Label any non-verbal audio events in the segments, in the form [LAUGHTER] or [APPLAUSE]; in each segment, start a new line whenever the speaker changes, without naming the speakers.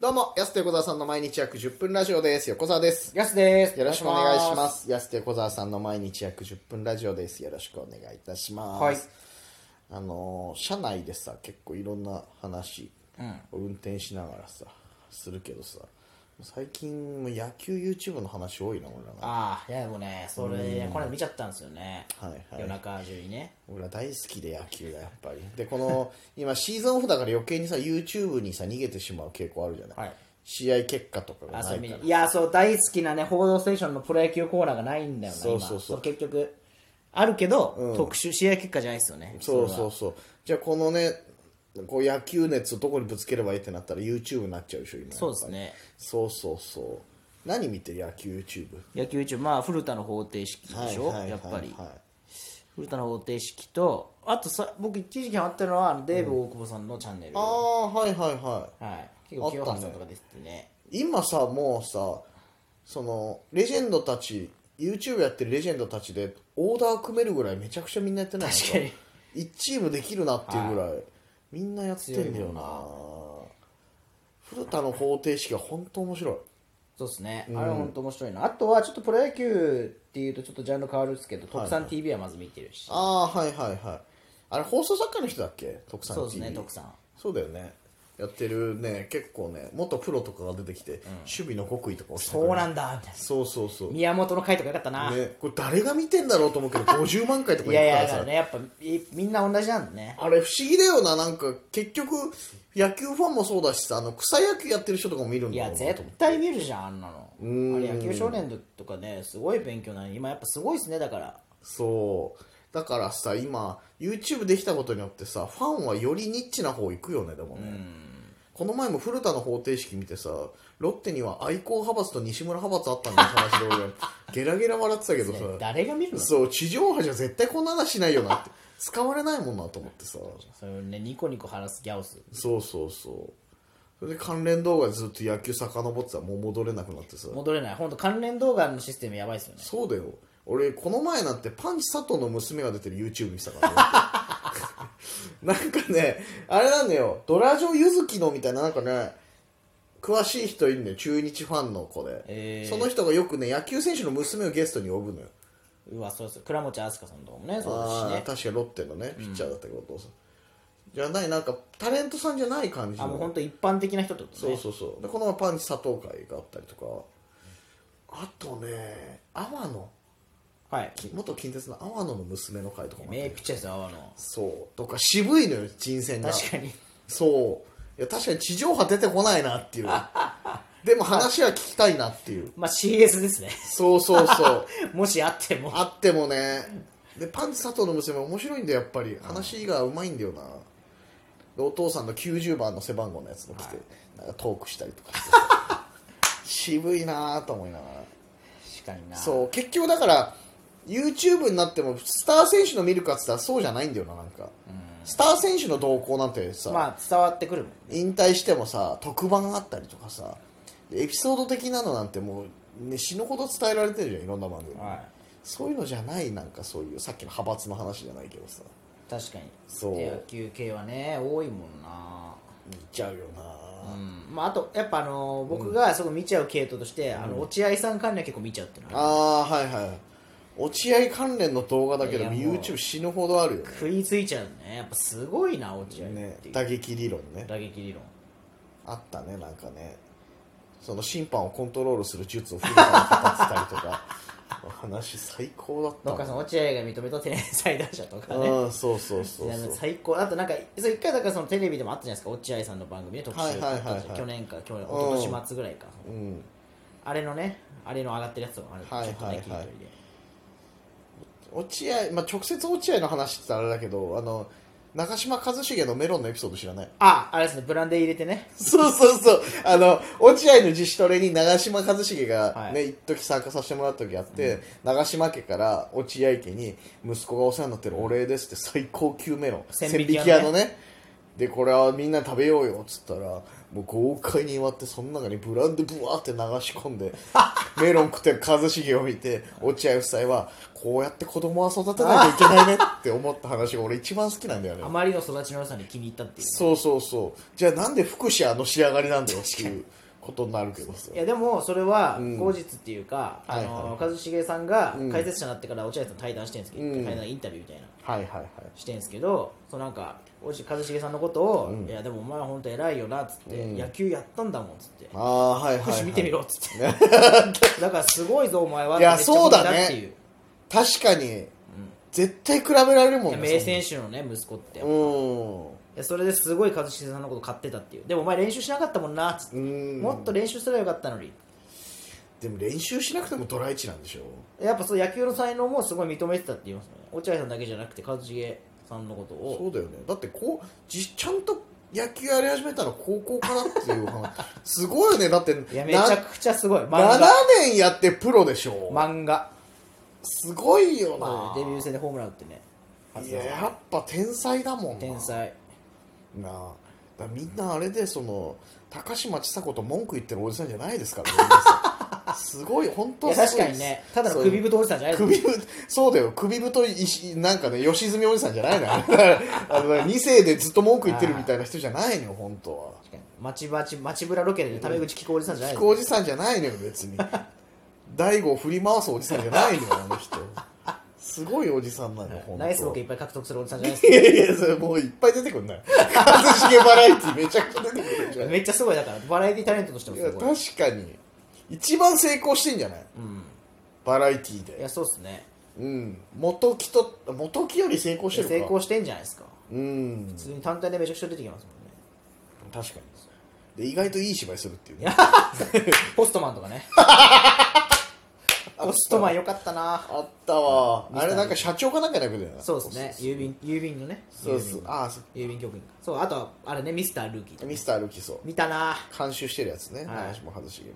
どうも、安手小沢さんの毎日約10分ラジオです。横澤です。
やすです。
よろしくお願いしま。す。安手小沢さんの毎日約10分ラジオです。よろしくお願いいたします。
はい
あのー、車内でさ、結構いろんな話を運転しながらさ、するけどさ、最近、もう野球 YouTube の話多いな、俺らが。
ああ、いやでもね、それね、これ見ちゃったんですよね。
はいはい
夜中中にね。
俺ら大好きで野球がやっぱり。で、この、今シーズンオフだから余計にさ、YouTube にさ、逃げてしまう傾向あるじゃない。
はい
試合結果とかが
あ
な
そ
いうか
見
ら
に。いや、そう、大好きなね、報道ステーションのプロ野球コーナーがないんだよな、
そう
今
そうそう
結局、あるけど、特集、試合結果じゃないですよね。
そうそうそうじゃあこのねこう野球熱をどこにぶつければいいってなったら YouTube になっちゃうでしょ今
そうですね。
そうそうそう何見てる野球 YouTube
野球中、まあ、古田の方程式でしょ、
はいはいはいはい
やっぱり。古田の方程式と、あとさ、僕一時期ハマってるのは、あのデーブ大久保さんのチャンネル。
あ
は
あはいはいはい
い。結構、清原さんとか出ててね。
今さもうさそのレジェンドたち YouTube やってるレジェンドたちでオーダー組めるぐらいめちゃくちゃみんなやってない
確かに
1チームできるなっていうぐらい、みんなやってんだよな古田の方程式は本当面白い
そうですね、あれ本当面白いなあとはちょっとプロ野球っていうとちょっとジャンル変わるんですけど特産 TV はまず見てるし、
ああはいはいはいあれ放送作家の人だっけ徳さん
そうですね
TV
特産
そうだよねやってるね結構ね元プロとかが出てきて、守備の極意とかを
そうなんんだみたいな
そうそうそうね
宮本の回とかよかったな、
これ誰が見てんだろうと思うけど50万回とか
[LAUGHS] い
言
や
っ
い
てたらさ
やだからねやっぱいみんな同じなんだね
あれ不思議だよななんか結局野球ファンもそうだしさあの草野球やってる人とかも見るん
い
だろ
や
うなと
絶
思って
対見るじゃんあんなのあれ野球少年とかねすごい勉強なのに今やっぱすごいですねだから
そうだからさ今 YouTube できたことによってさファンはよりニッチな方行くよねでもねこの前も古田の方程式見てさロッテには愛好派閥と西村派閥あったんだよ話で俺ゲラゲラ笑ってたけど
ね
さ
誰が見るのそ
そう地上波じゃ絶対こんな話しないよなって使われないもんなと思ってさ
れをねニコニコ話すギャオス
そうそうそうそれで関連動画でずっと野球遡ってたらもう戻れなくなってさ
戻れない本当関連動画のシステムやばいですよね
そうだよ俺この前なんてパンチ佐藤の娘が出てる YouTube 見てたからね [LAUGHS] なんかねあれなんだよドラジョユズキのみたいななんかね詳しい人いるのよ中日ファンの子で、
えー
その人がよくね野球選手の娘をゲストに呼ぶのよ
うわそうそう倉持飛鳥さんとかもねそうですし
あ
ね
ー確かロッテのねピッチャーだったけど、お父さんじゃないなんかタレントさんじゃない感じ
あもう
の
本当一般的な人ってこと
そう
ね
そうそうでこの前パンチ佐藤会があったりとかあとね天野
はい
元近鉄の天野の娘の会とかもあった
名ピッチャーですよ阿波野
そうとか渋いのよ人選が
確かに
そういや確かに地上波出てこないなっていう
[LAUGHS]
でも話は聞きたいなっていう
[LAUGHS] まあ CS ですね [LAUGHS]
そうそうそう
もしあっても
あってもねでパンチ佐藤の娘も面白いんだよやっぱり話がうまいんだよなでお父さんの90番の背番号のやつも来て、なんかトークしたりとかして
[LAUGHS]
さ渋いなぁと思いながら
確かにな
そう結局だから YouTube になってもスター選手の見るかっつったらそうじゃないんだよななんか、スター選手の動向なんてさ、
まあ伝わってくるもん
引退してもさ特番あったりとかさエピソード的なのなんてもう、ね、死ぬほど伝えられてるじゃんいろんな番組、
は
そういうのじゃないなんかそういうさっきの派閥の話じゃないけどさ
い確かに
そう
で野球系はね多いもんな
見ちゃうよな、
うんまああとやっぱあのー僕がすごい見ちゃう系統として、あの落合さん関連は結構見ちゃうっていうのは
ああーはいはい落合関連の動画だけでも
いやもう
YouTube 死ぬほどあるよ
食いついちゃうねやっぱすごいな落合っていう、
ねね打撃理論ね
打撃理論
あったねなんかねその審判をコントロールする術を古川に語ってたりとか
[LAUGHS]
話最高だった
なんかその落合が認めたテレビ裁判者とかね
うんそうそうそう
い
そ
や
う
最高あとなんかそう一回だからそのテレビでもあったじゃないですか落合さんの番組で特集、
はいはいはいはい
去年か去年一昨年末ぐらいか、
うん
あれのねあれの上がってるやつとかもある
はい
ちょっとね
はいはい
切り取りで
落合、まあ、直接落合の話って言ったらあれだけどあの中島一茂のメロンのエピソード知らない
ああれですねブランデー入れてね
そうそうそうあの落合の自主トレに長嶋一茂が
は
ね、
い
一時参加させてもらった時あって、長嶋家から落合家に息子がお世話になってるお礼ですって最高級メロン
千
千
匹
匹
屋のね
屋のねでこれはみんな食べようよっつったらもう豪快に祝ってその中にブランデーブワーって流し込
[LAUGHS]
んでメロン食ってる一茂を見て落合夫妻はこうやって子供は育てないといけないねって思った話が俺一番好きなんだよね
あまりの育ちの良さに気に入ったっていう
そうそうそうじゃあなんで福祉あの仕上がりなんだよっていうことになるけどさ
いやでもそれは
ん
後日っていうか、あ
はい
の
は
一茂さんが
うん
解説者になってから落合さんと対談してるんですけど、
うん
対談インタビューみたいな
はいはいはい
してんすけどそのなんかおし一茂さんのことを「
うん
いやでもお前は本当偉いよな」っつって、
うん
野球やったんだもん」っつって
ああはいはい、
「福
はい、
祉見てみろ」っつって、 [LAUGHS] だからすごいぞお前は」
いや
めっちゃ褒めた
そうだね
っていう
確かに、絶対比べられるも
いや
ん
名
選
選手のね息子って、
う
い
んう
やそれですごい一茂さんのこと買ってたっていうでもお前練習しなかったもんなっつって、
ん
もっと練習すればよかったのに
でも練習しなくてもドライチなんでしょ
やっぱそう野球の才能もすごい認めてたって言いますよね落合さんだけじゃなくて一茂さんのことを
そうだよねだってこうじちゃんと野球やり始めたの高校からっていう
[LAUGHS]
話すごいよねだって
いやめちゃ
な
くちゃすごい
7
漫画
年やってプロでしょ、
漫画
すごいよな
デビュー戦でホームラン打ってね
いややっぱ天才だもんな
天才
なあだからみんなあれでその高嶋ちさ子と文句言ってるおじさんじゃないですからね
[LAUGHS]
皆さんすごい本
い
当
や確かにねただの首太おじさんじゃない
首ぶそうだよ首太い石なんかね吉住おじさんじゃないのよあの2世でずっと文句言ってるみたいな人じゃないのよ本当は
町町町ぶらロケでねタメ口聞くおじさんじゃない
聞くおじさんじゃないのよ別に大悟を振り回すおじさんじゃないのよあの人すごいおじさんなのよ本当
ナイスボケいっぱい獲得するおじさんじゃな
[LAUGHS]
い
い
です
やいやそれもういっぱい出てくんない一茂バラエティめちゃくちゃ出てくるじゃ
か
ん
めっちゃすごいだからバラエティタレントとしても
いや
すごい
確かに一番成功してんじゃない
うん
バラエティ
い
で
やそうっすね
うん元木と元木より成功してるか
成功してんじゃないですか
うん
普通に単体でめちゃくちゃ出てきますもんね
確かにで意外といい芝居するっていうね
ポストマン
[LAUGHS]
とかねポストマンよかったな
あったわあれなんか社長かなんかなくだよな
そうですね郵便郵便のね
そうそうああそ
郵便局員そうあとはあれねミスタールーキーと
う
か
ミスター・ルキソ
見たな
監修してるやつね
はい
話も外しげも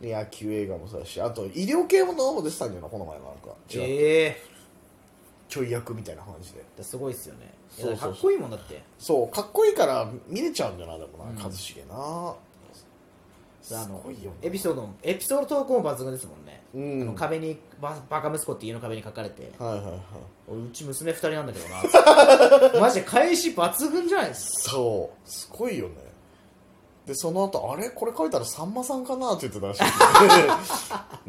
で野球映画もそうだしあと医療系ものも出てたんじゃないこの前もなんか違う
ええ
ちょい役みたいな感じです
ごいっすよねい
そう
や
そ
か
うそう
っこいいもんだって
そうかっこいいから見れちゃうんだよなでもな一茂なす
あの
ごいよ
エピソードもエピソード投稿も抜群ですもんね、
うん
あの壁にババカ息子って家の壁に書かれて
はいはいはい
俺うち娘2人なんだ
[LAUGHS]
けどなマジで返し抜群じゃないですか
そうすごいよねでその後あれこれ書いたらさんまさんかなって言ってたらしい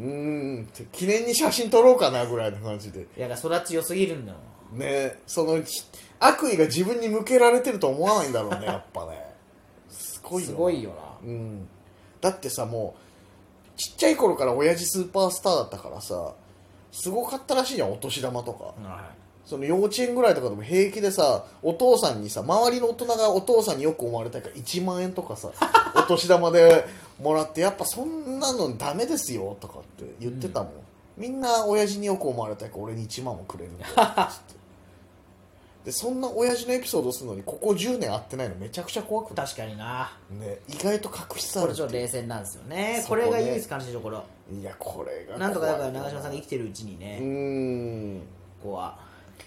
[LAUGHS] うーんって記念に写真撮ろうかなぐらいの感じで
いやだから育ち良すぎるんだもん
ねそのひ悪意が自分に向けられてると思わないんだろうねやっぱねすごいよ
す
な
ごいよ
うん、だってさもうちっちゃい頃から親父スーパースターだったからさすごかったらしいじゃんお年玉とか
な、は
その幼稚園ぐらいとかでも平気でさお父さんにさ周りの大人がお父さんによく思われたいから1万円とか
[LAUGHS]
さお年玉でもらってやっぱそんなのダメですよとかって言ってたもん、みんな親父によく思われたいから俺に1万もくれるんだよつってでそんな親父のエピソードするのにここ10年会ってないのめちゃくちゃ怖く
い、
て、
確かにな
ね、意外と確執あ
こ
るっ
れち
てい
ょ
う
っと冷静なんですよね
そ
こ
こね
れが唯一感じるところ
いやこれが
なんとかだから
怖いよ
長嶋さんが生きてるうちに
う
ね、
ーん
ここは、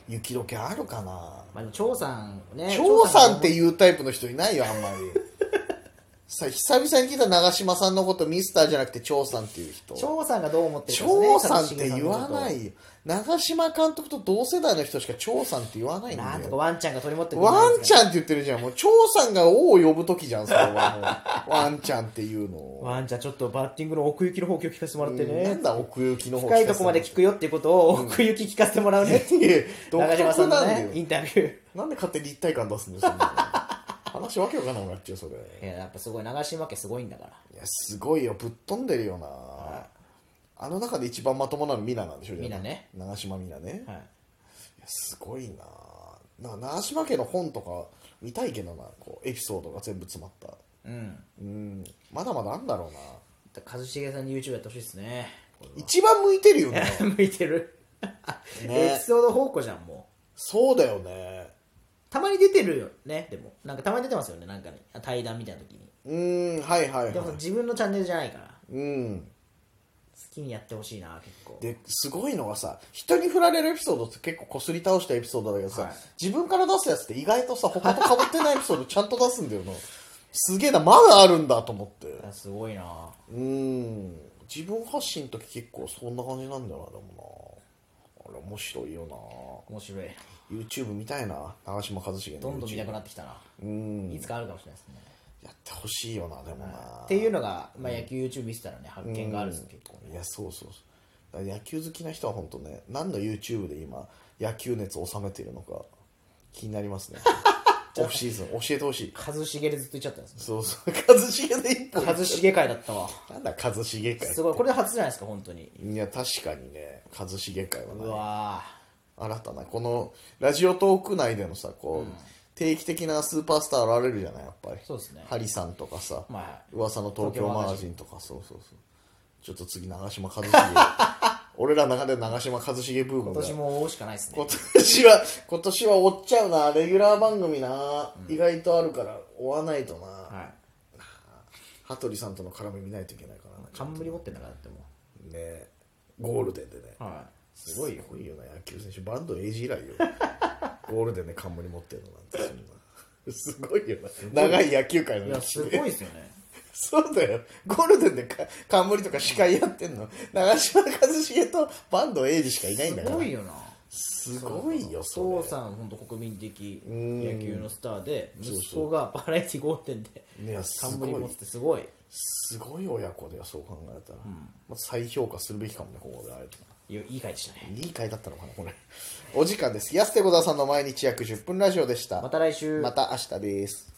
雪解けあるかな
まあ、でも張さんね
張さんって
う
いうタイプの人いないよあんまり [LAUGHS] さ久々に聞いた長嶋さんのことミスターじゃなくて張さんっていう人
張さんがどう思ってるかですね
張さんって
一茂
言
のこ
わ
と
ないよ長嶋監督と同世代の人しか張さんって言わないん
な
だ
んとか
よ
ワンちゃんが取り持ってくれるじゃな
ワ
い
ン
ですか
ちゃんって言ってるじゃんもう張さんが王を呼ぶ時じゃんそれはもうワンちゃんっていうの
[LAUGHS]
を
ワンちゃんちょっとバッティングの奥行きの方を聞かせてもらって
な
ね
んだ奥行きの方
深いとこまで聞くよっていうことを奥行き聞かせてもらうねっていう
独
中
特
島さんの
なんだ
ね
よ
インタビュ
なんで勝手に立体感出すん
[LAUGHS]
ですか話わけわかんなくなっちゃうそれ
ーいややっぱすごい長島家すごいんだから
いやすごいよぶっ飛んでるよな、あの中で一番まともなのミナなんでしょ
ミナね
長島ミナね、い
はい
やすごいななんか長島家の本とか見たいけどなこうエピソードが全部詰まった
うん
うんまだまだあんだろうな
だから一茂さんに YouTube やってほしいですね
一番向いてるよね
[LAUGHS] 向いてる
ね
[LAUGHS] エピソード宝庫じゃんもう
そうだよね
たまに出てるよねでもなんかたまに出てますよねなんかね対談みたいな時に
うんはいはい
でも
は
自分のチャンネルじゃないから好
いうん
きにやってほしいな結構
ですごいのがさ人に振られるエピソードって結構こすり倒したエピソードだけどさ、
はい
自分から出すやつって意外とさ他と被ってないエピソードちゃんと出すんだよなすげえな、まだあるんだと思って。
やすごいな
うん。自分発信の時結構そんな感じなんだよな、でもな。あれ面白いよ
面白い
な。YouTube 見たいな、長嶋一茂の YouTube。
どんどん見なくなってきたな
うん。
いつかあるかもしれないですね
やってほしいよな、でもな。
っていうのが、まあ、野球 YouTube 見てたらね発見があるんですよ結構ね
いや、そうそうそう。だから野球好きな人は本当ね、何の YouTube で今、野球熱を収めているのか、気になります [LAUGHS] ね。オフシーズン、教えてほしい。
一茂でずっと言っちゃったんですね
そうそう、一茂で一本。
[LAUGHS] 一茂会だったわ
なんだ、一茂会。
すごいこれ初じゃないですか本当に
いや、確かにね、一茂会は
う
な、
わ
新たな、この、ラジオトーク内でのさ、こう、定期的なスーパースター現れるじゃない、やっぱり。
そうですね
ハリさんとかさ、
まあ
噂の東京マガジンとか、そうそうそう。ちょっと次、長嶋
[LAUGHS]
一茂。俺らの中で長嶋一茂ブームが
今年も追うしかないですね
今年は、今年は追っちゃうな。レギュラー番組な。意外とあるから、追わないとな。
はい
羽鳥さんとの絡み見ないといけないからな。
冠持ってんだからだっても
ねゴールデンでね。
うはい
すごいよ、いいよな、野球選手。バンドエイジ以来
[LAUGHS]
よ。ゴールデンで冠持ってるのなんて、そんな。すごいよな。長い野球界の
いやすごいですよね
そうだよ。ゴールデンでか冠とか司会やってんの。長嶋一茂とバンドエイジしかいないんだ
す
から
ご。いよな
すごいよ、それ
父さん本当国民的
ん
野球のスターで
そうそう
息子がバラエティー5点で
いやすごい
冠持つってすごい
すごい親子だよ、そう考えたら。まあ、再評価するべきかもね、ここであえて。
いやいい回でしたね
いい回だったのかな、これ。お時間です。安手小沢さんの毎日約10分ラジオでした。
また来週
また明日です。